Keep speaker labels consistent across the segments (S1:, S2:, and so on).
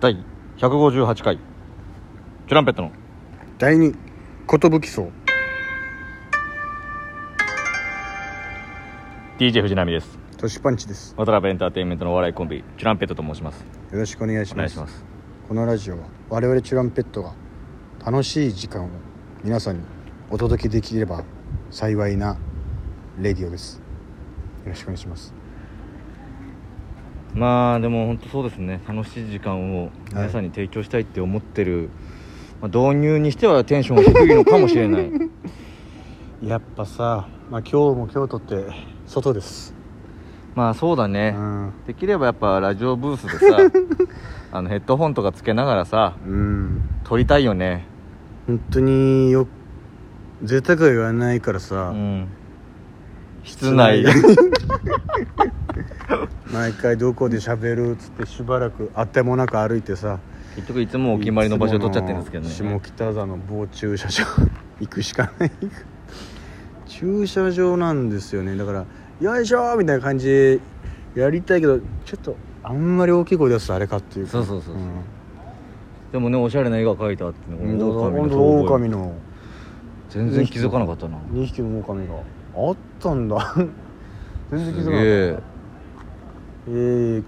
S1: 第158回トランペットの
S2: 第二寿荘
S1: DJ 藤波です
S2: トシパンチです
S1: 渡辺エンターテインメントのお笑いコンビトランペットと申します
S2: よろしくお願いし
S1: お願
S2: ま
S1: い
S2: す
S1: します
S2: このラジオは我々チュランペットが楽しい時間を皆さんにお届けできれば幸いなレディオですよろしくお願いします
S1: まあでも本当そうですね楽しい時間を皆さんに提供したいって思ってる、まあ、導入にしてはテンション低いのかもしれない
S2: やっぱさ、まあ、今日も今日とって外です
S1: まあそうだ
S2: う
S1: ね、
S2: ん
S1: できればやっぱラジオブースでさあのヘッドホンとかつけながらさ
S2: うん
S1: 撮りたいよね
S2: 本当によ贅沢は言わないからさ、
S1: うん室内
S2: 毎回どこで喋るっつってしばらくあってもなく歩いてさ
S1: 結局いつもお決まりの場所を取っちゃってるんですけど
S2: いつもの
S1: ね
S2: 下北沢の某駐車場行くしかない駐車場なんですよねだから「よいしょ!」みたいな感じでやりたいけどちょっとあんまり大きい声出すとあれかっていうか
S1: そうそうそうそうんでもねおしゃれな絵が描いてあってねこの
S2: 本
S1: の
S2: 当
S1: 遠
S2: オ
S1: 吠え
S2: オカミの
S1: 全然気づかなかったな
S2: 2匹のオオカミがあったんだ 全然気づ
S1: すげ
S2: かなかった
S1: え
S2: えー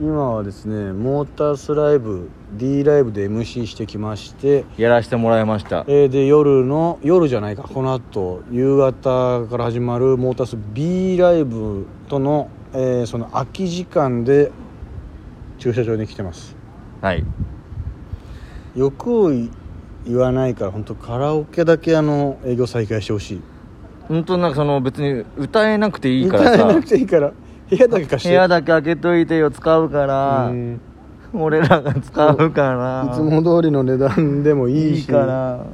S2: 今はですねモータースライブ D ライブで MC してきまして、
S1: やらしてもらいました
S2: えーで夜の夜じゃないかこの後夕方から始まるモータース B ライブとの、えーその空き時間で駐車場に来てます
S1: はい
S2: 欲をい言わないから本当カラオケだけあの営業再開してほしい
S1: 本当なんかその別に歌えなくていいか
S2: 歌
S1: ら
S2: えな
S1: さ
S2: くていいから部屋だけ貸
S1: 部
S2: して
S1: 屋だけ開けといてよ使うから
S2: うんい
S1: 俺らが使うから
S2: つも通りの値段でもいい
S1: い
S2: し
S1: いから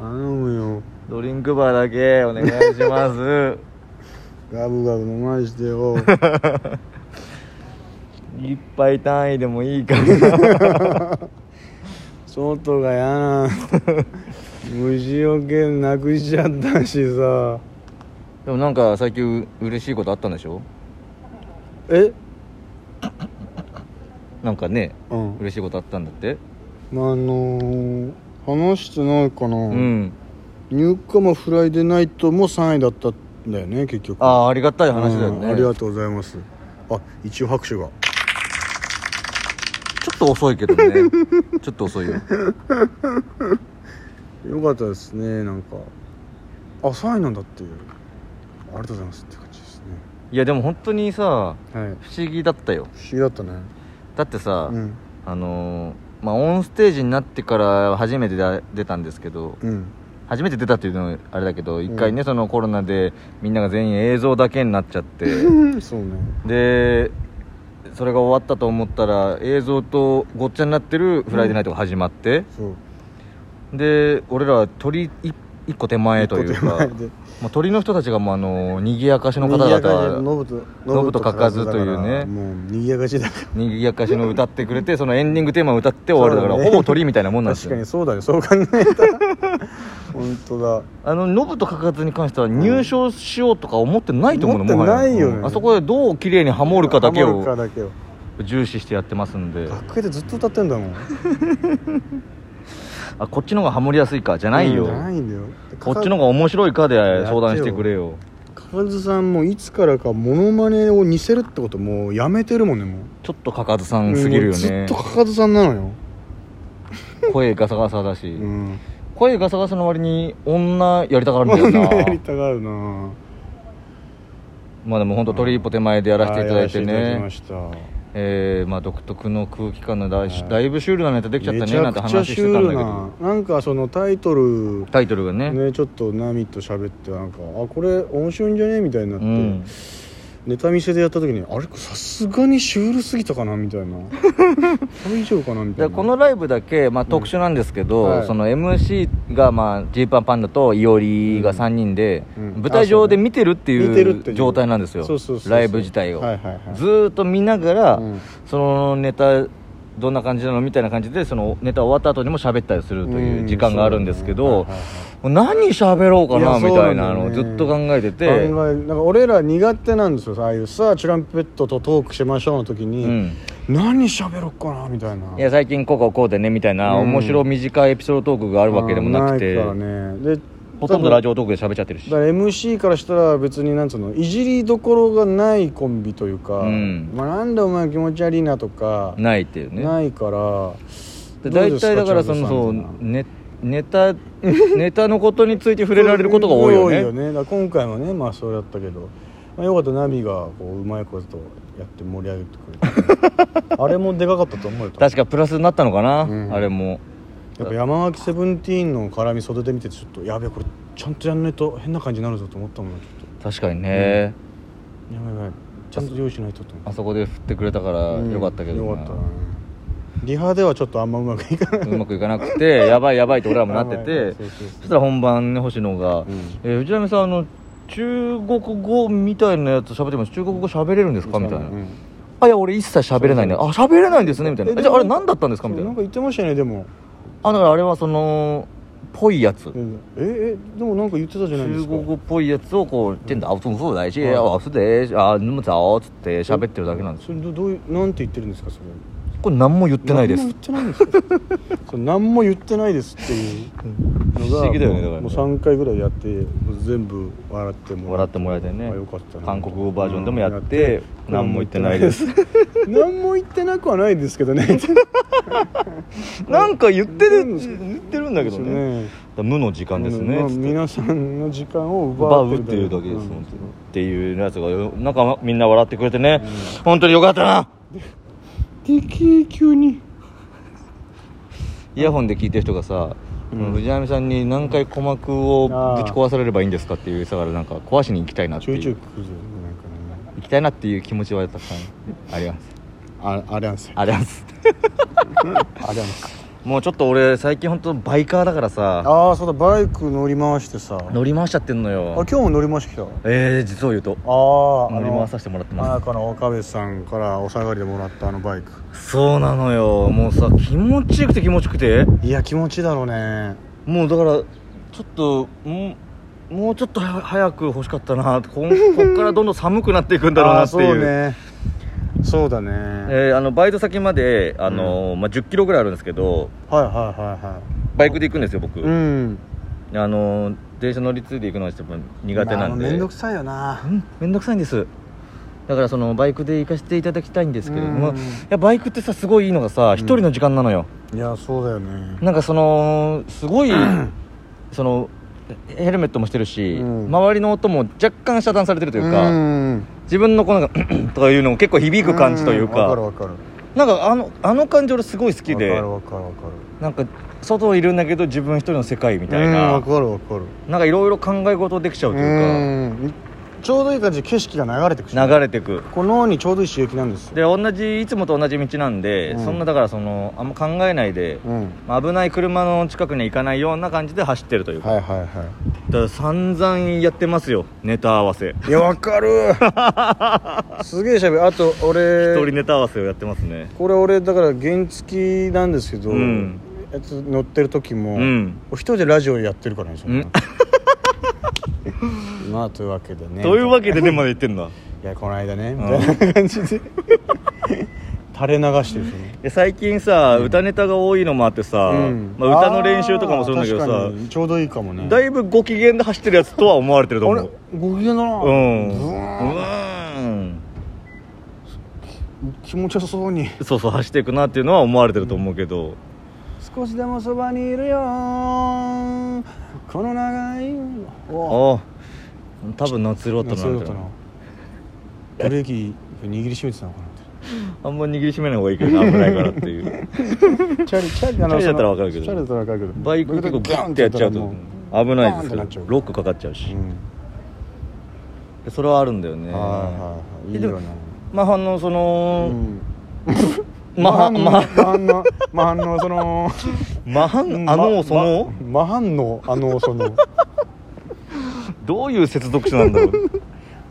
S2: 頼むよ
S1: ドリンクバーだけお願いします
S2: ガブガブ飲ましてよ
S1: 一杯単位でもいいから
S2: 外が嫌な 虫よけなくしちゃったしさ
S1: でもなんか最近う嬉しいことあったんでしょ
S2: え
S1: なんかね
S2: うん
S1: 嬉しいことあったんだって
S2: まああのー、話してないかな、
S1: うん
S2: 入荷もフライデーナイトも3位だったんだよね結局
S1: ああありがたい話だよ
S2: うん
S1: ね
S2: ありがとうございますあ一応拍手が
S1: ちょっと遅いけどね ちょっと遅いよ
S2: よかったですねなんかあ3位なんだっていうありがとうございますって感じですね
S1: いやでも本当にさ
S2: はい
S1: 不思議だったよ
S2: 不思議だったね
S1: だってさ、
S2: うん
S1: あのーまあオンステージになってから初めてだ出たんですけど
S2: うん
S1: 初めて出たっていうのはあれだけど一回ね、そのコロナでみんなが全員映像だけになっちゃって
S2: そうね
S1: でそれが終わったと思ったら映像とごっちゃになってる「フライデーナイト」が始まって、
S2: そう
S1: で俺らは鳥一一個手前という
S2: 一個手
S1: か
S2: 前で
S1: もう鳥の人たちがもうあの賑やかしの方
S2: 賑やかし
S1: 々
S2: ノブと
S1: ノブと書かずというね
S2: もう賑やかしだから
S1: 賑やかしの歌ってくれてそのエンディングテーマを歌って終わるだか
S2: そ
S1: ら
S2: うだね
S1: ほぼ鳥みたいなもんなんです
S2: 確か
S1: よ
S2: にそうだねそう考えたら 本当だ
S1: あのノブとかかずに関しては入賞しようとか思ってないと思うの
S2: 思って
S1: もはや
S2: ないよね
S1: うんあそこでどう綺麗にハモるかだけ
S2: ハモるか
S1: を
S2: だけを
S1: 重視してやってますんで
S2: 楽屋でずっと歌ってんだもん
S1: あこっちの方がハモりやすいかじゃないよ
S2: うんないんだよ
S1: こっちの方
S2: か
S1: が面白いかで相談してくれよ
S2: かずさんもいつからかモノマネを似せるってこともうやめてるもんねも
S1: ちょっとかかずさ
S2: うん
S1: すぎるよ
S2: もうず
S1: ね
S2: っとかかずさんなのよ
S1: 声ガサガサだ
S2: う
S1: し
S2: ん
S1: 声ガサガサの割に女やりたがるんだよ
S2: 女や
S1: な
S2: りたがるな
S1: まあでも本当鳥一歩手前でやらせていただいて
S2: あーや
S1: ね
S2: らせていただきました
S1: えーまあ、独特の空気感のだ,、
S2: はい
S1: だいぶシュールなネタできちゃったねなんて話してたんだけど
S2: ななんかそのタイトル
S1: タイトルがね
S2: ねちょっとナミと喋ってなんかあこれ面白いんじゃねみたいになっ
S1: う
S2: て、
S1: ん、
S2: ネタ見せでやった時にあれさすがにシュールすぎたかなみたいな それ以上かなみたい
S1: で
S2: な
S1: このライブだけ、まあ、特殊なんですけど、
S2: はい
S1: その MC がまあジーパンパンダといおりが3人で、
S2: うん
S1: 舞台上で見てるって
S2: 見てる
S1: い
S2: っていうう
S1: 状態なんですよ
S2: そうそうそうそう
S1: ライブ自体を、
S2: はいはいはい
S1: ずーっと見ながら、
S2: うん
S1: そのネタどんな感じなのみたいな感じでそのネタ終わった後にも喋ったりするという時間があるんですけど、
S2: うんそうだねはいはいはい
S1: もう何喋ろうかない
S2: や
S1: みたいなの
S2: そうな
S1: を
S2: んだ
S1: ず
S2: よね
S1: っと考えてて、
S2: 考えなんか俺ら苦手なんですよああいうさチュランペットとトークしましょうの時に、
S1: うん
S2: 何喋ろっかなみたいない
S1: や最近こうこうこうでねみたいな
S2: うん
S1: 面白短いエピソードトークがあるわけでもなくて
S2: あーないからねで
S1: ほとんどラジオトークで喋っちゃってるし
S2: だから MC からしたら別になんつうのいじりどころがないコンビというか、
S1: うん
S2: まあ、なんでお前気持ち悪いなとか
S1: ないっていうね
S2: ないから
S1: で
S2: どうで
S1: 大
S2: すか
S1: 体だからその
S2: チャン
S1: そう
S2: スさんみたいな
S1: ネネタ ネタのことについて触れられることが多いよね
S2: だから今回もねまあそうだったけど、まあ、よかったナビがこううまいことやって盛り上げてく れたあれもでかかったと思うよ
S1: 確かプラスになったのかな、
S2: うん
S1: あれも
S2: やっぱ山脇セブンティーンの絡み袖で見てちょっとやべえこれちゃんとやんないと変な感じになるぞと思ったもんなちょっ
S1: 確かにね、
S2: とやばいやばいちゃんと用意しないとと思
S1: あ
S2: っ
S1: そこで振ってくれたから
S2: た
S1: よかったけどな、
S2: よかったなリハではちょっとあんまうまくいかないう
S1: まくいかなくて やばいやばいって俺らもなってて
S2: そうそうそう
S1: そしたら本番ね星野が、
S2: ん
S1: えー藤波さんあの中国語みたいなやつ喋ってます中国語喋れるんですかみたいな、
S2: うん
S1: あいや俺一切喋れないんだあ喋れないんですねみたい
S2: え
S1: な
S2: で
S1: じゃああれ
S2: なんか
S1: 何だったんですかみたい
S2: そう
S1: なん
S2: か言ってましたよねでも
S1: あだからあれはそのぽいやつ
S2: ええでもなんか言ってたじゃないです
S1: 中
S2: か
S1: 国語っぽいやつをこう「天だあそうそうだいし
S2: はい
S1: あそうであ飲むぞ」っつって喋ってるだけなんです
S2: それどどういうなんて言ってるんですかそれ
S1: これ何も言ってないです
S2: 何も言ってないんですよそれ何も言ってないですっていうのが
S1: 不思議だよねだから
S2: も
S1: ね
S2: うもう3回ぐらいやってもう全部笑っても
S1: 笑ってもらえてね
S2: あよかったな
S1: 韓国語バージョンでもやって何も言ってないです
S2: 何も言ってなくはないですけどね
S1: なんか言ってる
S2: うん
S1: 言ってるんだけどねだから無の時間ですね
S2: まあ
S1: つって
S2: 皆さんの時間を奪
S1: 奪
S2: う
S1: う
S2: っ
S1: ってて
S2: い
S1: いうう
S2: だ
S1: だ
S2: け
S1: け
S2: で
S1: ですす、
S2: もん
S1: 本当にっていうやつがよなんかみんな笑ってくれてね、本当によかったな
S2: 敵急に
S1: イヤホンで聞いてる人がさ、
S2: うん
S1: 藤波さんに何回鼓膜をぶち壊されればいいんですかっていうさからなんか壊しに行きたいなって
S2: ちょ
S1: い
S2: いうちょい来るよねなんかね
S1: 行きたいなっていう気持ちはたくさんあります
S2: ああれなんですよ
S1: あります
S2: あれなんですよ
S1: もうちょっと俺最近本当バイカーだからさ
S2: ああそうだバイク乗り回してさあ
S1: 乗り回しちゃってんの
S2: 今
S1: よ
S2: 日も乗り回してきた
S1: えー、実を言うと
S2: ああ
S1: 乗り回させてもらって
S2: あ
S1: ま
S2: この岡部さんからお下がりでもらったあのバイク
S1: すそうなのよもうさ気持ちよくて気持ちよくて
S2: いや気持ちいいだろうね
S1: もうだからちょっともうもうちょっとは早く欲しかったな こんこっからどんどん寒くなっていくんだろうなっていう
S2: あーそうねそうだね、
S1: えーあのバイト先まで、あのーまあ、1 0キロぐらいあるんですけど
S2: はいはいはいは
S1: バイクで行くんですよ僕、
S2: いうん
S1: あのー電車乗り継いで行くのはちょっと苦手なんで、
S2: まあ面倒くさいよな
S1: うんめんどくさいんですだからそのバイクで行かせていただきたいんですけど
S2: うん
S1: も、まあいやバイクってさすごいいいのがさ一人の時間なのよ、
S2: いやそうだよね
S1: なんかそのすごい そのヘルメットもしてるし、
S2: うん
S1: 周りの音も若干遮断されてるというか、
S2: ん
S1: 自分のこうなんか とかいうのも結構響く感じというんか、
S2: わかるわかる
S1: なんかあのあの感じ俺すごい好き
S2: わか
S1: で
S2: るわかるわかる
S1: なんか外いるんだけど自分一人の世界みたい
S2: うん
S1: な、
S2: わかるわかる
S1: なんかいろいろ考え事できちゃうという
S2: うんちょうどいい感じで景色が流れてくし
S1: か、流れてく
S2: このにちょうどいい刺激なんですよ
S1: で同じいつもと同じ道なんで、
S2: うん
S1: そんなだからそのあんま考えないで、
S2: うん
S1: まあ危ない車の近くには行かないような感じで走ってるというか,、
S2: はいはいは
S1: だから散々やってますよネタ合わせ
S2: いいやわか るすげえしゃべるあと俺
S1: 一人ネタ合わせをやってますね
S2: これ俺だから原付きなんですけど、
S1: うん
S2: やつ乗ってる時も、
S1: うん
S2: お一人でラジオやってるからねそん
S1: う
S2: な
S1: ん
S2: まあというわけでね
S1: というわ
S2: け
S1: けでねまで言って んだ
S2: いやこの間ねみたいな感じ で垂れ流してるしね
S1: で最近さ、歌ネタが多いのもあってさ、
S2: うん
S1: まあ、歌の練習とかもするんだけど
S2: あー
S1: さ
S2: 確かにちょうどいいかもね
S1: だいぶご機嫌で走ってるやつとは思われてると
S2: あ
S1: 思
S2: れ
S1: う
S2: ご機嫌だな
S1: うん
S2: ブ
S1: う
S2: ワ
S1: ーん
S2: ー気持ちよさそうに
S1: そうそう走っていくなっていうのは思われてると思うけど、
S2: 少しでもそばにいるよこの長いお
S1: ああ多分夏色だったなみたいな
S2: ブレーキ握りしめてたのかなって
S1: あんま握りしめない方がいいけどな危ないからっていう
S2: チャリチャリ
S1: チャリだったらわかるけど
S2: チャリだったらわかるけど
S1: バイク結構ギャンってやっちゃうと危ないです
S2: ガンってなっ
S1: よ
S2: ちゃう
S1: ロックかかっちゃうし、
S2: うん
S1: でそれはあるんだよね
S2: はいはいはいいい
S1: で
S2: よ
S1: も
S2: ね
S1: まああのそうの、
S2: ん
S1: マハ
S2: マ
S1: マ
S2: ハンのマハンのその
S1: マハン あのその、
S2: マハンのあのその
S1: どういう接続詞なんだろ う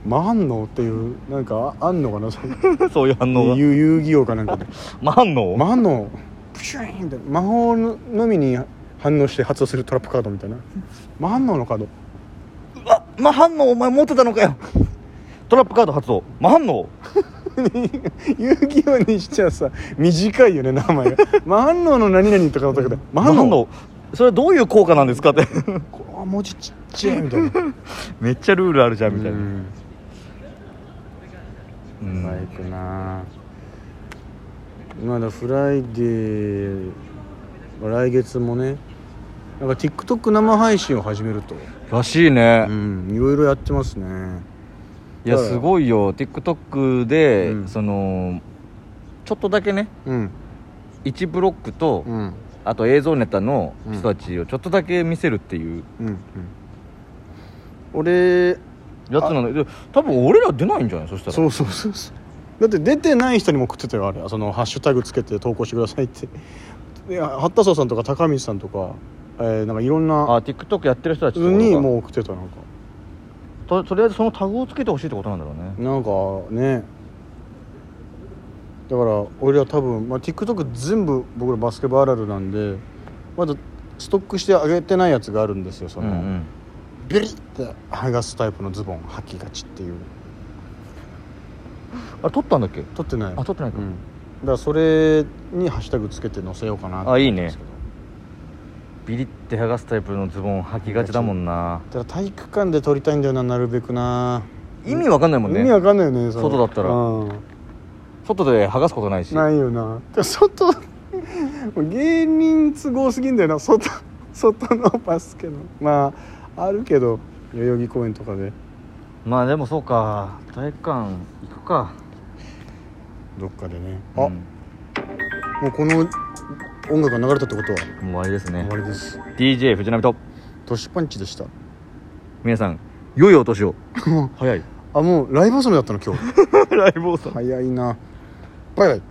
S2: マハンのっていうなんかああんのかなその
S1: そういう反応が
S2: 遊遊戯王かなん かで
S1: マハンの、
S2: マハンのプシューンって魔法ののみに反応して発動するトラップカードみたいなマハンののカード
S1: うわマハンのお前持ってたのかよトラップカード発動マハンの
S2: 遊戯王にしちゃさ短いよね名前 が万能の何々とかの時で万能
S1: のそれはどういう効果なんですかって
S2: この文字ちっちゃいみたいなみ
S1: めっちゃルールあるじゃんみたいなう
S2: うんまいくなまだフライデーは来月もねなんか TikTok 生配信を始めると
S1: らしいね、
S2: うんいろいろやってますね
S1: いや
S2: だから
S1: すごいよ TikTok で、
S2: うん
S1: そのちょっとだけね
S2: うん
S1: 1ブロックと、
S2: うん
S1: あと映像ネタの
S2: うん
S1: 人たちをちょっとだけ見せるっていう
S2: うんうん俺
S1: やつなので多分俺ら出ないんじゃないそしたら
S2: そうそうそうそうだって出てない人にも送ってたよあれそのハッシュタグつけて投稿してくださいって いや八田荘さんとか高水さんとか、えーなんかいろんな
S1: あ TikTok やってる人たちってことか
S2: にもう送ってたなんか
S1: ととりあえずそのタグをつけてほしいってことなんだろうね
S2: なんかねだから俺ら多分、まあ、TikTok 全部僕らバスケ部あるあるなんでまだストックしてあげてないやつがあるんですよその、
S1: うんうん
S2: ビリッて剥がすタイプのズボン履きがちっていう
S1: あ撮ったんだっけ
S2: 撮ってない
S1: あ撮ってないか、
S2: うん、だからそれにハッシュタグつけて載せようかな
S1: あいいね
S2: 思うんですけど
S1: ビリって剥がすタイプのズボン履きがちだもんな
S2: だから体育館で撮りたいんだよななるべくな、
S1: 意味わかんないもん
S2: 意味
S1: ね
S2: わかんないよねそれ
S1: 外だったら
S2: うん
S1: 外で剥がすことないし
S2: ないよなだから外もう芸人都合すぎんだよな外外のバスケのまああるけど代々木公園とかで
S1: まあでもそうか体育館行くか
S2: どっかでね、あ
S1: うん
S2: もうこの音楽が流れたってことは
S1: もう終わりですね
S2: 終わりです
S1: DJ 藤波と
S2: トシパンチでした
S1: 皆さん良いお年 を
S2: もう
S1: 早い
S2: あもうライブ遊びだったの今日
S1: ライブをさ
S2: 早いなバイバイ